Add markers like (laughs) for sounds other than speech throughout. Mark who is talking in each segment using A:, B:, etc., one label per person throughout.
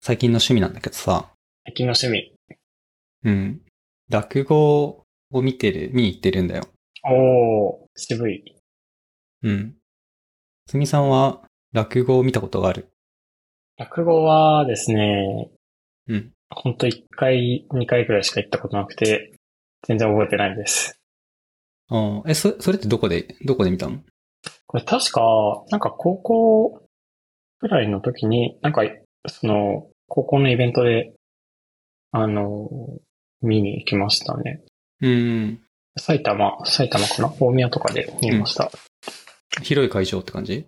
A: 最近の趣味なんだけどさ、
B: 最近の趣味。
A: うん。落語を見てる、見に行ってるんだよ。
B: おー、渋い。
A: うん。つみさんは落語を見たことがある。
B: 落語はですね、
A: うん。
B: ほんと1回、2回くらいしか行ったことなくて、全然覚えてないです。
A: ああ、え、そ、それってどこで、どこで見たの
B: これ確か、なんか高校くらいの時に、なんか、その、高校のイベントで、あの、見に行きましたね。
A: うん。
B: 埼玉、埼玉かな大宮とかで見ました。
A: 広い会場って感じ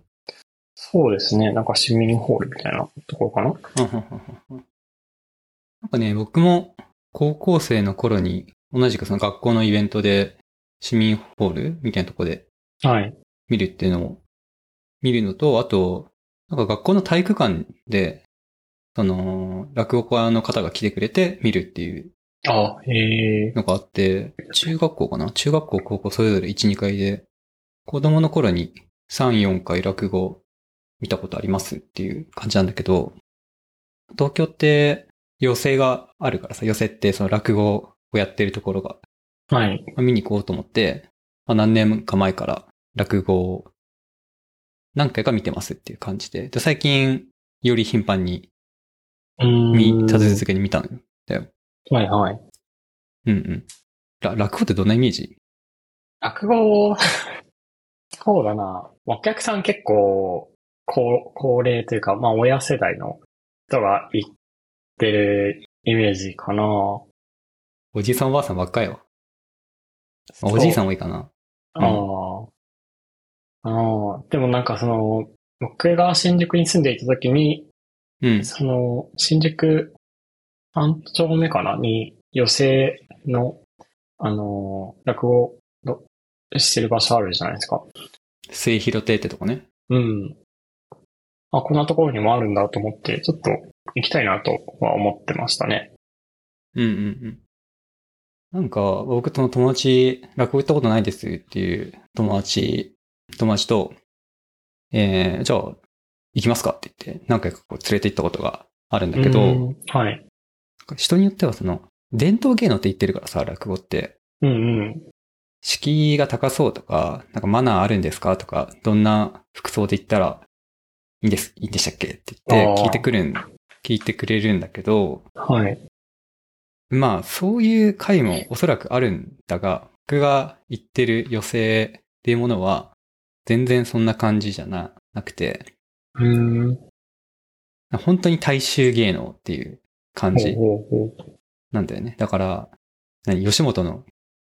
B: そうですね、なんか市民ホールみたいなところかな
A: あははははなんかね、僕も高校生の頃に同じくその学校のイベントで市民ホールみたいなとこで
B: はい。
A: 見るっていうのを見るのと、あと、なんか学校の体育館で、その、落語家の方が来てくれて見るっていう
B: あ、ええ
A: のがあって、中学校かな中学校、高校それぞれ1、2回で、子供の頃に3、4回落語見たことありますっていう感じなんだけど、東京って寄席があるからさ、寄席ってその落語をやってるところが
B: はい。
A: まあ見に行こうと思って、まあ、何年か前から落語を何回か見てますっていう感じで、で最近より頻繁に
B: うー
A: 見、
B: ん
A: 立て続けに見たのよ。
B: はいはい。
A: うんうん。ら落語ってどんなイメージ
B: 落語、そうだな。お客さん結構、高高齢というか、まあ親世代の人が行ってるイメージかな。
A: おじいさんおばあさんばっかよ。まあおじいさ
B: ん
A: ん多いかな。
B: ああ。ああ。でもなんかその、僕が新宿に住んでいた時に、
A: うん。
B: その、新宿3丁目かなに、寄席の、あの、落語のしてる場所あるじゃないですか。
A: 末広亭ってとこね。
B: うん。あ、こんなところにもあるんだと思って、ちょっと行きたいなとは思ってましたね。
A: うんうんうん。なんか、僕との友達、落語行ったことないですっていう友達、友達と、えー、じゃあ、行きますかって言って、何回かこう連れて行ったことがあるんだけど、
B: う
A: なん
B: ん、はい。
A: か人によってはその、伝統芸能って言ってるからさ、落語って、
B: うんうん。
A: 敷居が高そうとか、なんかマナーあるんですかとか、どんな服装で行ったらいいんです、いいんでしたっけって言って、
B: あー
A: 聞いてくるん、聞いてくれるんだけど、
B: はい。
A: まあ、そういう回もおそらくあるんだが、僕が言ってる寄席っていうものは、全然そんな感じじゃな、なくて、
B: うーん。
A: 本当に大衆芸能っていう感
B: ほう
A: じ
B: ほうほう。
A: なんだよね。だから、何、吉本の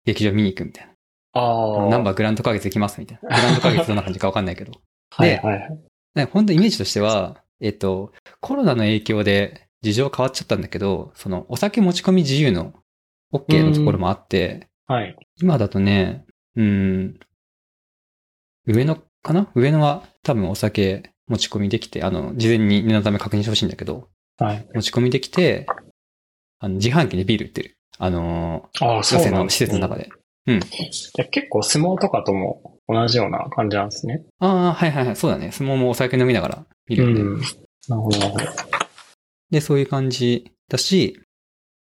A: 劇場見に行くみたいな。
B: ああ。
A: ナンバーグランド花月行きますみたいな。グランド花月どんな感じかわかんないけど。 (laughs)
B: はいはいはい。
A: ね本当イメージとしては、えっと、コロナの影響で事情変わっちゃったんだけど、そのお酒持ち込み自由の OK のところもあって、
B: はい。
A: 今だとね、うん、上野かな上野は多分お酒持ち込みできて、あの、事前に念のため確認してほしいんだけど、
B: はい。
A: 持ち込みできて、あの、自販機でビール売ってる。あの
B: ああ、
A: ー、施
B: そう
A: 設
B: なん
A: の、
B: で
A: 施
B: すね
A: 設の中で。
B: じゃあ結構相撲とかとも同じような感じなんですね。
A: ああ、はいはいはい、そうだね。相撲もお酒飲みながら見るんで。
B: うん。なるほどなるほど。
A: で、そういう感じだし、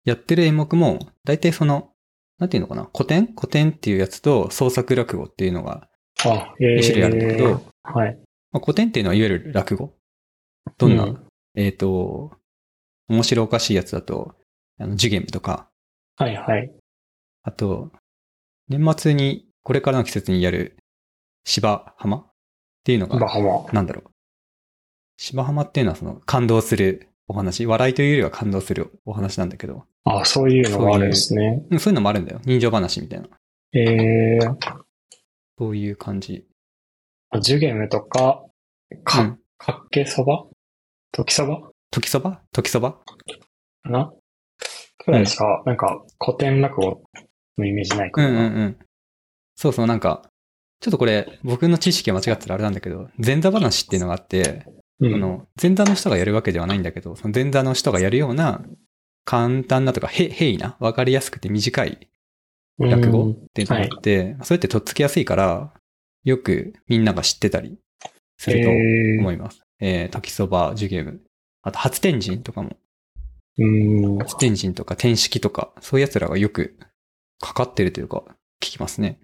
A: やってる演目も、大体その、なんていうのかな、古典古典っていうやつと創作落語っていうのが
B: あ、ええ
A: 2種類あるんだけど、
B: はい。
A: まあ、古典っていうのはいわゆる落語。どんな、
B: うん
A: えっ、と、面白おかしいやつだと、あの、ジュゲムとか、
B: はいはい。
A: あと、年末に、これからの季節にやる、芝浜っていうの
B: バ
A: が、
B: ハマ。
A: なんだろう。芝浜っていうのはその、感動するお話、笑いというよりは感動するお話なんだけど、
B: あそういうのがあるんですね。
A: うんそういうのもあるんだよ。人情話みたいな。
B: ええ
A: そういう感じ。
B: あジュゲムとか、
A: う
B: か、
A: ん
B: かっけそば時そば
A: 時そば時そば
B: かなくらいしか、なんか、古典落語のイメージないか
A: うん
B: ら
A: うん
B: な。
A: うん。そうそう、なんか、ちょっとこれ、僕の知識が間違ってたらあれなんだけど、前座話っていうのがあって、
B: うん
A: あの前座の人がやるわけではないんだけど、その前座の人がやるような、簡単なとか、へ、へいな、わかりやすくて短い落語っていうのがあって、それってとっつきやすいから、よくみんなが知ってたりすると
B: えー
A: 思います。えー、時そば、ジュゲーム。あと、初天神とかも
B: うん。
A: 発電人とか天式とか、そういう奴らがよくかかってるというか、聞きますね。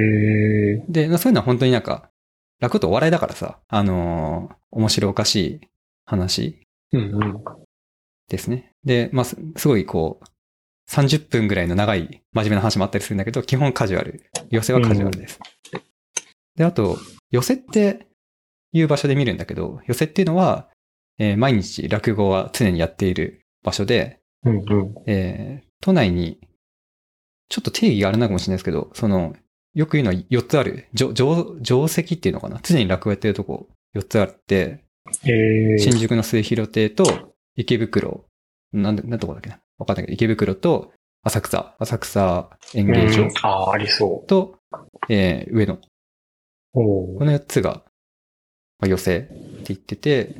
B: えー、
A: で、まあそういうのは本当になんか、楽とお笑いだからさ、あのー面白おかしい話
B: うんうん。
A: ですね。で、まあ、すすごいこう、30分ぐらいの長い真面目な話もあったりするんだけど、基本カジュアル。寄せはカジュアルです。で、あと、寄せっていう場所で見るんだけど、寄せっていうのは、えー毎日落語は常にやっている場所で、
B: うんうん。
A: えー都内に、ちょっと定義があるなかもしれないですけど、その、よく言うのは4つある。じょ定定石っていうのかな常に落語やってるとこ4つあって、
B: え
A: 新
B: ー、
A: 宿の末広亭と池袋、なんで、なんとこだっけなわかんないけど、池袋と浅草、浅草演芸
B: う
A: 場
B: んああ、ありそ
A: と、えー上野。
B: う。お
A: こ
B: ー
A: の4つが、まあ、寄せって言ってて、こ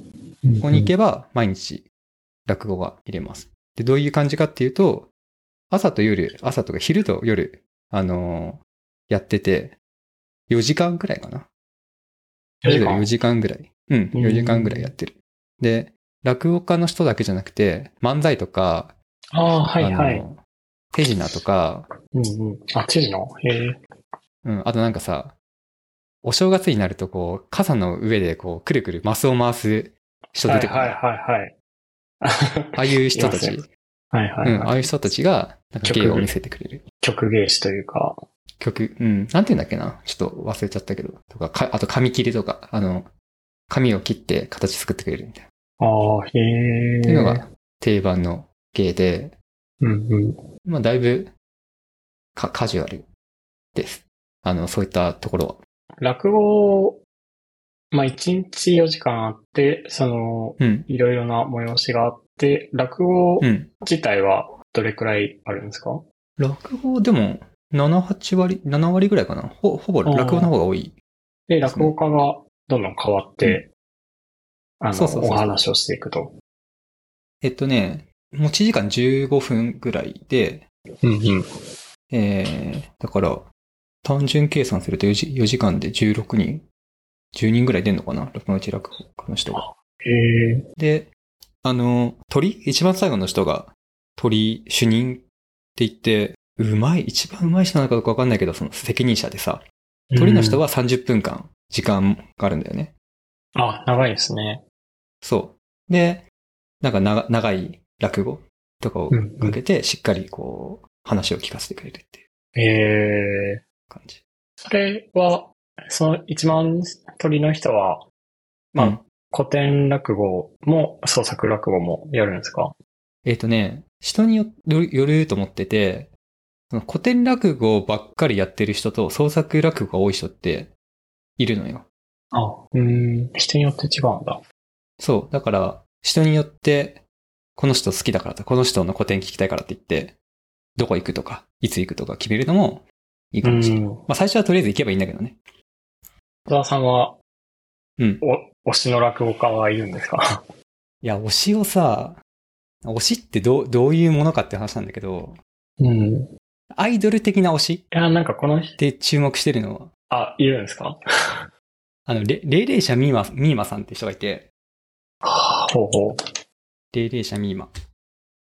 A: こに行けば毎日落語が見れます。で、どういう感じかっていうと、朝と夜、朝とか昼と夜、あのーやってて、4時間くらいかな。それぞれ4時間ぐらい。うん、
B: うん
A: 4時間ぐらいやってる。で、落語家の人だけじゃなくて、漫才とか、
B: ああ、はいはい
A: あ。の、手品とか、
B: うんうん。あ、知事のへえ。
A: うん、あとなんかさ、お正月になるとこう、傘の上でこう、くるくるマスを回す人
B: は
A: 出
B: い
A: てくる。
B: はいはいはい。
A: ああいう人たち。
B: いますはいは
A: う
B: い
A: ん、あ
B: はい。 (laughs)
A: あいう人たちが、なんか芸を見せてくれる。
B: 曲芸師というか。
A: 曲、うん、なんて言うんだっけな。ちょっと忘れちゃったけど。とか、かあと紙切りとか、あの、紙を切って形作ってくれるみたいな。
B: ああ、へえ。
A: っていうのが定番の芸で、
B: うんうん。
A: まあだいぶカカジュアルです。あの、そういったところは。
B: 落語、まあ、1日4時間あって、その、
A: うん、
B: いろいろな催しがあって、落語
A: うん。
B: 自体はどれくらいあるんですか、
A: 落語でも、7、8割、7割ぐらいかな。ほ、ほぼ落語の方が多い。
B: で、落語家がどんどん変わって、あの
A: そうそうそう
B: お話をしていくと。
A: えっとね、持ち時間15分ぐらいで、
B: うんうん。
A: えー、だから、単純計算すると4時 ,4 時間で16人、10人ぐらい出んのかな落語のうち落語家の人が。
B: へえ。
A: で、あの、鳥一番最後の人が、鳥主任って言って、うまい、一番うまい人なのかどうかわかんないけど、その責任者でさ、鳥の人
B: は、
A: は30分間、時間があるんだよね。
B: あ、長いですね。
A: そう。で、なんか長長い落語とかを
B: うんう
A: か
B: ん
A: けて、しっかりこう、話を聞かせてくれるっていう
B: へえ。
A: 感じ。
B: それは、その一番鳥の人は、まあ
A: うん
B: 古典落語も創作落語もやるんですか
A: えっ、とね、人によよるよると思ってて、その古典落語ばっかりやってる人と創作落語が多い人っているのよ。
B: あ、うん、人によって違うんだ。
A: そう。だから、人によって、この人好きだからと、この人の古典聞きたいからって言って、どこ行くとか、いつ行くとか決めるのもいいかもしれない。
B: うん。
A: まあ最初はとりあえず行けばいいんだけどね。
B: 小沢さんは、
A: うん。
B: お、推しの落語家はいるんですか
A: いや、推しをさ、推しってどう、どういうものかって話なんだけど、
B: うん。い
A: アイドル的な推し
B: や、なんかこの人、
A: って注目してるのは、
B: あ、いるんですか
A: あの、レ霊霊者ミーマ、ミーマさんって人がいて、
B: ほうほう。
A: 霊霊者ミーマ。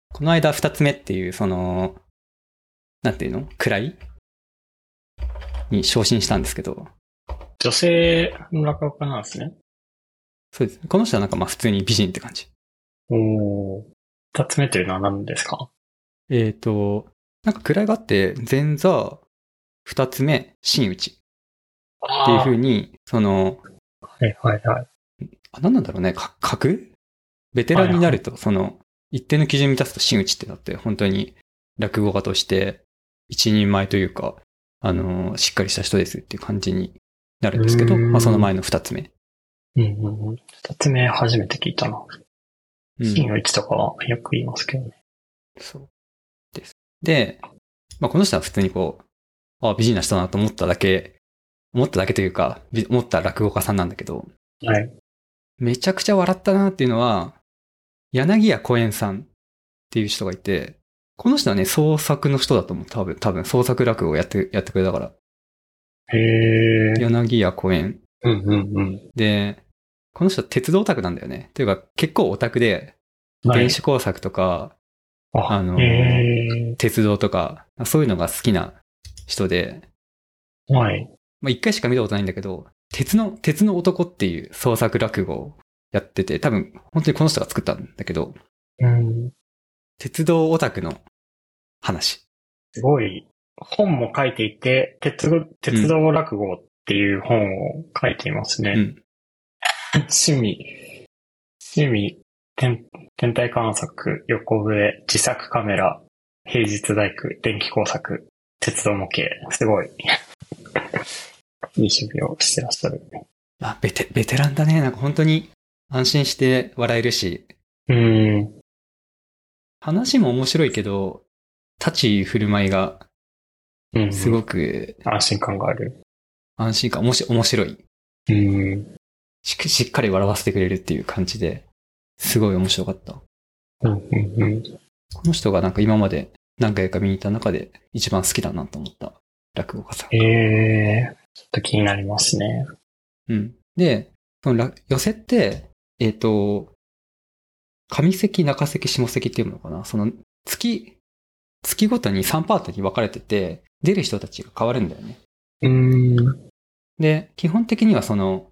A: この間二つ目っていう、その、なんていうの位に昇進したんですけど、
B: 女性の落語家なんですね。
A: そうです。この人はなんかまあ普通に美人って感じ。
B: おー。二つ目というのは何ですか
A: えっ、と、なんか位があって、前座、二つ目、真打ちっていう
B: あ
A: 風に、その、
B: ーはいはいはい。
A: あ、なんなんだろうね、か格ベテランになると、その、一定の基準満たすと真打ちってなって、本当に落語家として一人前というか、あの、しっかりした人ですっていう感じになるんですけど、
B: うーん
A: まあその前の二つ目。
B: うんうんうん。二つ目初めて聞いたな。
A: う
B: 真
A: ん。
B: 打ちとかはよく言いますけどね。
A: そう。です。で、まあこの人は普通にこう、あ美人な人だなと思っただけ、思っただけというか、び思った落語家さんなんだけど、
B: はい。
A: めちゃくちゃ笑ったなっていうのは、柳家小園さんっていう人がいて、この人はね、創作の人だと思う。多分、多分、創作落語をやって、やってくれたから。
B: へえ。
A: 柳家小園。
B: うんうんうん。
A: で、この人は鉄道オタクなんだよね。というか、結構オタクで、
B: はい
A: 電子工作とか、
B: あ
A: あの
B: へ
A: 鉄道とか、そういうのが好きな人で、
B: ーはい。
A: まあ、一回しか見たことないんだけど、鉄の、鉄の男っていう創作落語をやってて、多分、本当にこの人が作ったんだけど、
B: うん。
A: 鉄道オタクの話。
B: すごい、本も書いていて、鉄道、鉄道落語っていう本を書いていますね。
A: うん。
B: 趣味、趣味、天天体観測、横笛、自作カメラ、平日大工、電気工作、鉄道模型。すごい。 (laughs) いい趣味をしてらっしゃる。
A: あ、ベテ、ベテランだね。なんか本当に安心して笑えるし、
B: うん。
A: 話も面白いけど、立ち居振る舞いが
B: うん。
A: す
B: い。
A: ごく
B: 安心感がある。
A: 安心感、おもし面白い
B: うん。
A: し。しっかり笑わせてくれるっていう感じで、すごい面白かった。
B: うん、うん、うん。
A: この人がなんか今まで何回か見に行った中で一番好きだなと思った落語家さん。
B: えー、ちょっと気になりますね。
A: うん。で、そのら寄席って、えっ、と、上席、中席、下席っていうのかなその月、月ごとに3パートに分かれてて、出る人たちが変わるんだよね。
B: うん。
A: で、基本的にはその、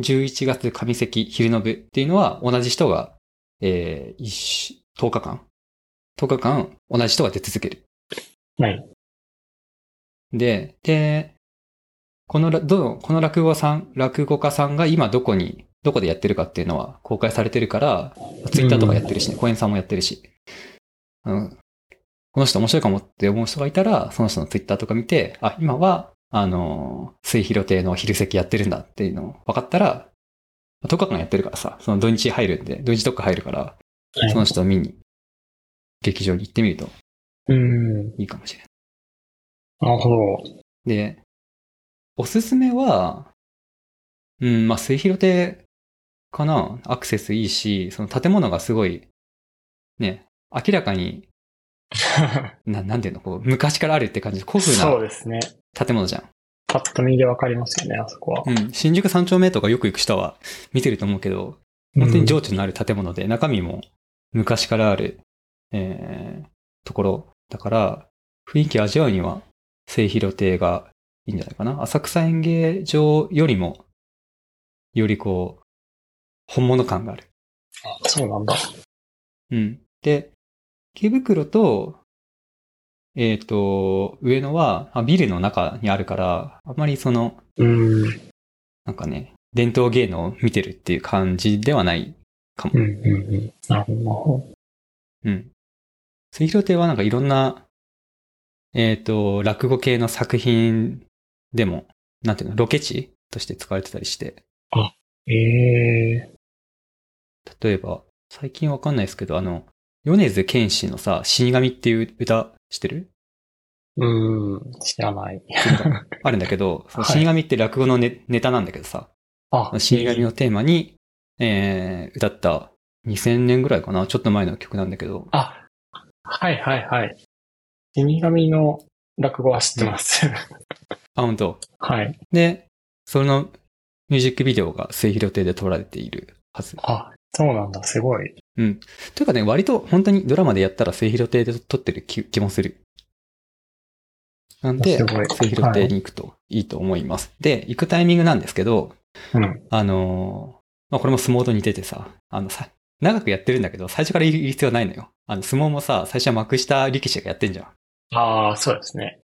A: 11月上関昼の部っていうのは同じ人が、えー、一週10日間 ?10 日間同じ人が出続ける。
B: はい。
A: で、で、このら、どの、この落語さん、落語家さんが今どこに、どこでやってるかっていうのは公開されてるから、ツイッターとかやってるしね、公演さんもやってるし。あの、この人面白いかもって思う人がいたら、その人のツイッターとか見て、あ、今は、あの、水広亭の昼席やってるんだっていうのを分かったら、10日間やってるからさ、その土日入るんで、土日どっか入るから、
B: はい
A: その人を見に、劇場に行ってみると
B: うん。
A: いいかもしれない。
B: なるほ (laughs) ど。
A: で、おすすめは、うん、まあ、末広亭かな。アクセスいいし、その建物がすごい、ね、明らかに、ななんていうの、こう、昔からあるって感じで、古風
B: そう
A: な
B: ですね。
A: 建物じゃん。
B: パッと見でわかりますよね、あそこは。
A: うん、新宿三丁目とかよく行く人は見てると思うけど、本当に情緒のある建物で、中身も昔からある、えー、ところだから、雰囲気味わうには、末広亭がいいんじゃないかな。浅草演芸場よりも、よりこう、本物感がある。
B: うんそうなんだ。
A: うん。で、池袋と、えっ、と、上野は、あビルの中にあるから、あまりその、
B: うん。うん、
A: なんかね、伝統芸能を見てるっていう感じではないかも
B: うん、。うん。なるほ
A: うん。水広亭はなんかいろんな、えっ、と、落語系の作品でも、なんていうの、ロケ地として使われてたりして、
B: ど。ええ
A: 例えば、最近わかんないですけど、あの、米津玄師のさ、死神っていう歌知ってる
B: ー。うん。知らない。
A: あるんだけど、その
B: はい
A: 死神って落語のネネタなんだけどさ、
B: あ
A: 死神のテーマに、えー、歌った2000年ぐらいかな、ちょっと前の曲なんだけど、
B: あ、はいはいはい。死神の落語は知ってます。
A: あ、本当
B: (laughs) はい。
A: で、そのミュージックビデオが末広亭で撮られているはず。
B: あ、そうなんだ、すごい。
A: というかね、割と本当にドラマでやったら末広亭で撮ってる気気もする。なんで、
B: すごい
A: 末広亭に行くといいと思います。で、行くタイミングなんですけど、
B: うん。
A: あのーまあ、これも相撲と似ててさ、あのさ、長くやってるんだけど、最初からいる必要ないのよ。あの、相撲もさ、最初は幕下力士がやってんじゃん。
B: ああ、そうです (laughs) ね。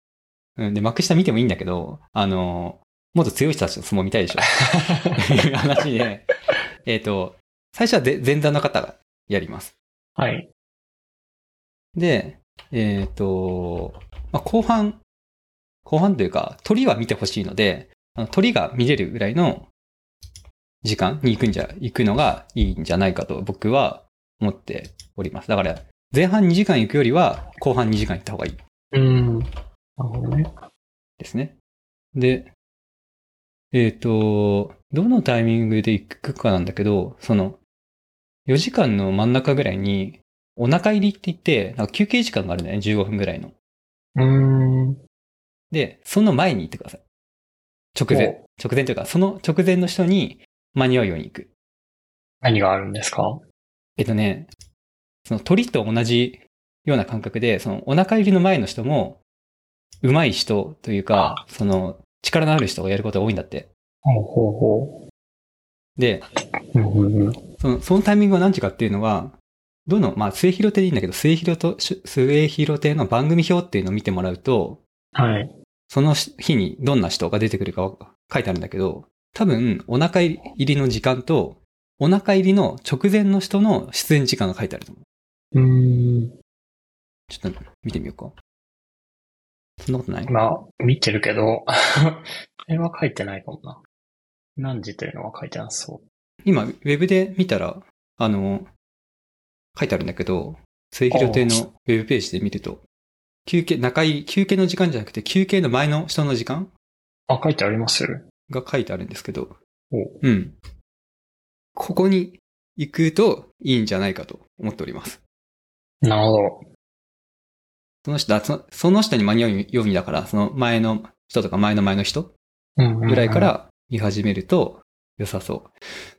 A: うん、で、幕下見てもいいんだけど、あのーもっと強い人たちの相撲見たいでしょ。いう話で、 (laughs) えっと、最初はぜ前座の方がやります。
B: はい。
A: で、えっ、と、まあ、後半、後半というか、鳥は見てほしいので、あの鳥が見れるぐらいの時間に行くんじゃ、行くのがいいんじゃないかと僕は思っております。だから、前半2時間行くよりは、後半2時間行った方がいい
B: うん。なるほどね。
A: ですね。で、えっ、と、どのタイミングで行くかなんだけど、その、4時間の真ん中ぐらいに、お腹入りって言って、なんか休憩時間があるんだよね、15分ぐらいの。
B: うーん。
A: で、その前に行ってください。直前。直前というか、その直前の人に間に合うように行く。
B: 何があるんですか
A: えっとね、その鳥と同じような感覚で、そのお腹入りの前の人も、上手い人というか、その力のある人がやることが多いんだって。
B: ほうほうほ
A: で、
B: う。うんうんうん。
A: その、そのタイミングは何時かっていうのは、どの、まあ、末広亭でいいんだけど、末広と、し末広亭の番組表っていうのを見てもらうと、
B: はい。
A: その日にどんな人が出てくるかわ書いてあるんだけど、多分、お腹入りの時間と、お腹入りの直前の人の出演時間が書いてあると思う。
B: うーん。
A: ちょっと見てみようか。そんなことない
B: まあ、見てるけど、 (laughs) それは書いてないかもな。何時というのは書いてなさそう。
A: 今、ウェブで見たら、あの、書いてあるんだけど、末広亭のウェブページで見ると、休憩、中井、休憩の時間じゃなくて、休憩の前の人の時間
B: あ、書いてあります
A: が書いてあるんですけど
B: お、
A: うん。ここに行くといいんじゃないかと思っております。
B: なるほど。
A: その人、あそその人に間に合うようにだから、その前の人とか前の前の人
B: うんうんうん
A: ぐらいか。ら見始めると良さそう。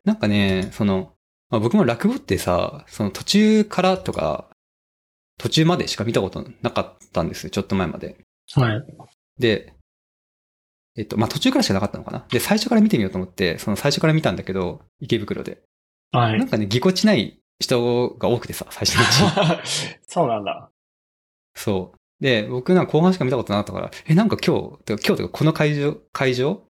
A: なんかね、その、まあ、僕も落語ってさ、その途中からとか、途中までしか見たことなかったんですよ、ちょっと前まで。
B: はい。
A: で、えっと、まあ、途中からしかなかったのかな。で、最初から見てみようと思って、その最初から見たんだけど、池袋で。
B: は
A: ないん。かね、ぎこちない人が多くてさ、最初のうち。
B: (laughs) そうなんだ。
A: そう。で、僕なんか後半しか見たことなかったから、え、なんか今日、てか今日とかこの会場、会場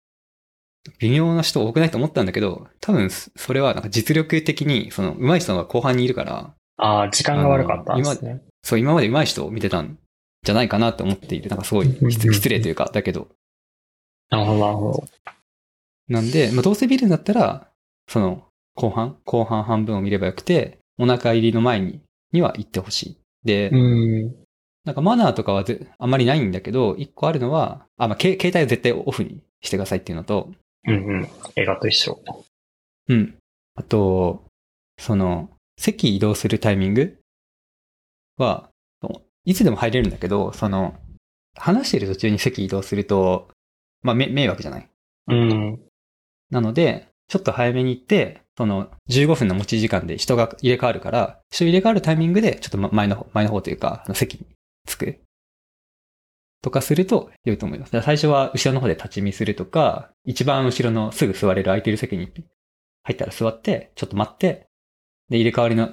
A: 微妙な人多くないと思ったんだけど、多分そそれはなんか実力的に、その上手い人が後半にいるから、
B: ああ、時間が悪かったんですね。
A: そう今まで上手い人を見てたんじゃないかなと思っている。なんかすごい
B: うんう
A: 失
B: ん
A: 失礼というか、だけど。
B: なるほど、なるほど。
A: なんで、まあ、どうせ見るんだったら、その後半、後半半分を見ればよくて、お腹入りの前に、には行ってほしい。で、
B: うん。
A: なんかマナーとかはぜあんまりないんだけど、一個あるのは、あ、まあ、け携帯を絶対オフにしてくださいっていうのと、
B: うんうん。映画と一緒。
A: うん。あと、その、席移動するタイミングは、いつでも入れるんだけど、その、話してる途中に席移動すると、まあ、め迷惑じゃない。
B: うん。
A: なので、ちょっと早めに行って、その、15分の持ち時間で人が入れ替わるから、人入れ替わるタイミングで、ちょっとま前の方、前の方というか、あの席に着く。とかすると良いと思います。だから最初は後ろの方で立ち見するとか、一番後ろのすぐ座れる空いてる席に入ったら座って、ちょっと待って、で、入れ替わりの、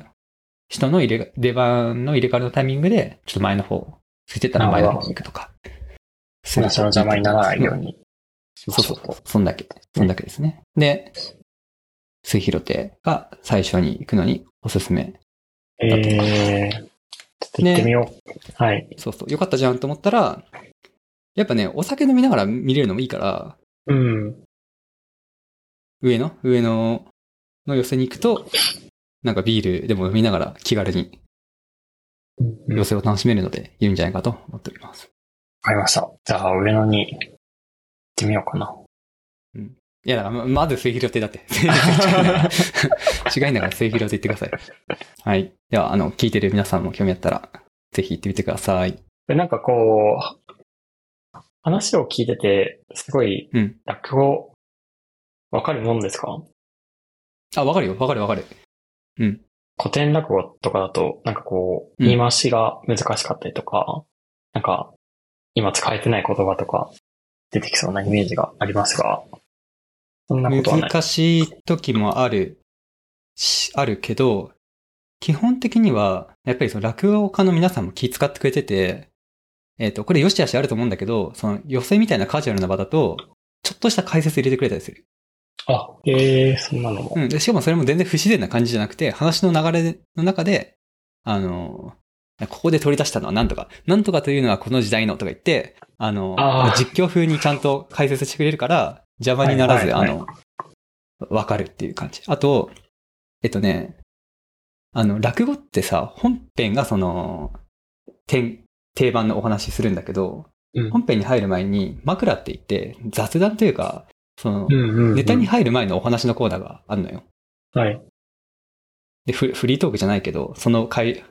A: 人の入れ、出番の入れ替わりのタイミングで、ちょっと前の方、ついてったら前の方に行くとか。
B: その人の邪魔にならないように。
A: そうそうそう。そんだけ。そんだけですね。で、水広亭が最初に行くのにおすすめ。
B: ええー。ちょっと行ってみよう。はい。
A: そうそう。よかったじゃんと思ったら、やっぱね、お酒飲みながら見れるのもいいから、
B: うん。
A: 上野上野の寄せに行くと、なんかビールでも飲みながら気軽に
B: うん
A: 寄せを楽しめるので、いいんじゃないかと思っております。
B: わかりました。じゃあ、上野に行ってみようかな。
A: いや、だからままず水広亭だ
B: (laughs)
A: って。 (laughs) 違いながら水広亭行ってください。はい。では、あの、聞いてる皆さんも興味あったら、ぜひ行ってみてください。
B: で、なんかこう、話を聞いてて、すごい
A: うん、
B: 落語、わかるもんですか、
A: あ、わかるよ。わかるわかる。
B: 古典落語とかだと、なんかこう、
A: うん
B: 言い回しが難しかったりとか、なんか、今使えてない言葉とか、出てきそうなイメージがありますが、そんなことはない。
A: 難しい時もあるし、あるけど、基本的には、やっぱりその落語家の皆さんも気遣ってくれてて、えっ、と、これ良し悪しあると思うんだけど、その寄せみたいなカジュアルな場だと、ちょっとした解説入れてくれたりする。
B: あ、ええそんなのも。
A: うん。で、しかもそれも全然不自然な感じじゃなくて、話の流れの中で、あの、ここで取り出したのは何とか、何とかというのはこの時代のとか言って、あの、
B: あー
A: 実況風にちゃんと解説してくれるから、邪魔にならず、
B: はいはいはい
A: あの、わかるっていう感じ。あと、えっとね、あの、落語ってさ、本編がその、て定番のお話しするんだけど、
B: うん
A: 本編に入る前に枕って言って、雑談というか、その、
B: うんうんうん
A: ネタに入る前のお話のコーナーがあるのよ。
B: はい。
A: でフ、フリートークじゃないけど、その会、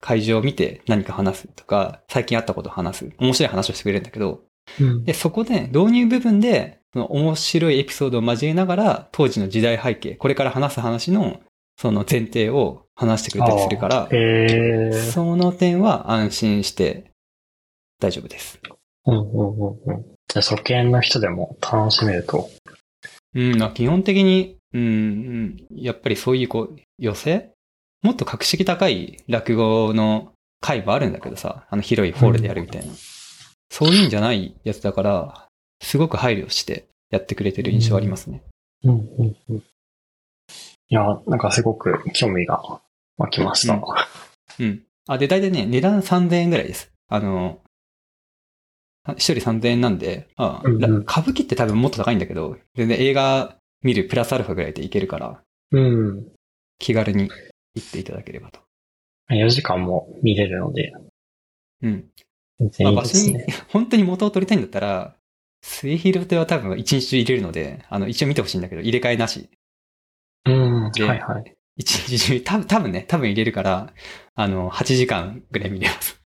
A: 会場を見て何か話すとか、最近あったことを話す、面白い話をしてくれるんだけど、
B: うん
A: で、そこで導入部分で、その面白いエピソードを交えながら、当時の時代背景、これから話す話の、その前提を話してくれたりするから、
B: えー。
A: その点は安心して大丈夫です。
B: うんうんうんうん。じゃあ、初見の人でも楽しめると。
A: うん、あ基本的に、うん、うん、やっぱりそういうこう、寄せもっと格式高い落語の会はあるんだけどさ、あの広いホールでやるみたいな。そういうんじゃないやつだから、すごく配慮してやってくれてる印象ありますね。
B: うんうんうん。いや、なんかすごく興味が湧きました。
A: うんうん。あ、で、大体ね、値段3000円ぐらいです。あの、あ一人3000円なんで、あ
B: うんうん
A: ら歌舞伎って多分もっと高いんだけど、全然映画見るプラスアルファぐらいでいけるから、
B: うん。
A: 気軽に行っていただければと。
B: 4時間も見れるので、
A: うん。まあ、
B: 全然いい
A: 場
B: で
A: 所
B: す
A: に
B: ね。、
A: (laughs) 本当に元を取りたいんだったら、末広亭は多分一日中入れるので、あの、一応見てほしいんだけど、入れ替えなし。
B: うん。はい
A: で
B: はい。
A: 一日中、多分、多分ね、多分入れるから、あの、8時間ぐらい見れます。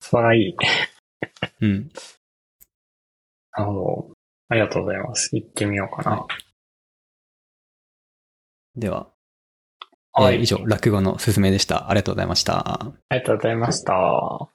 B: それがいい。
A: うん。
B: なるほど。ありがとうございます。行ってみようかな。
A: では、
B: は
A: えー以上、落語のすすめでした。ありがとうございました。
B: ありがとうございました。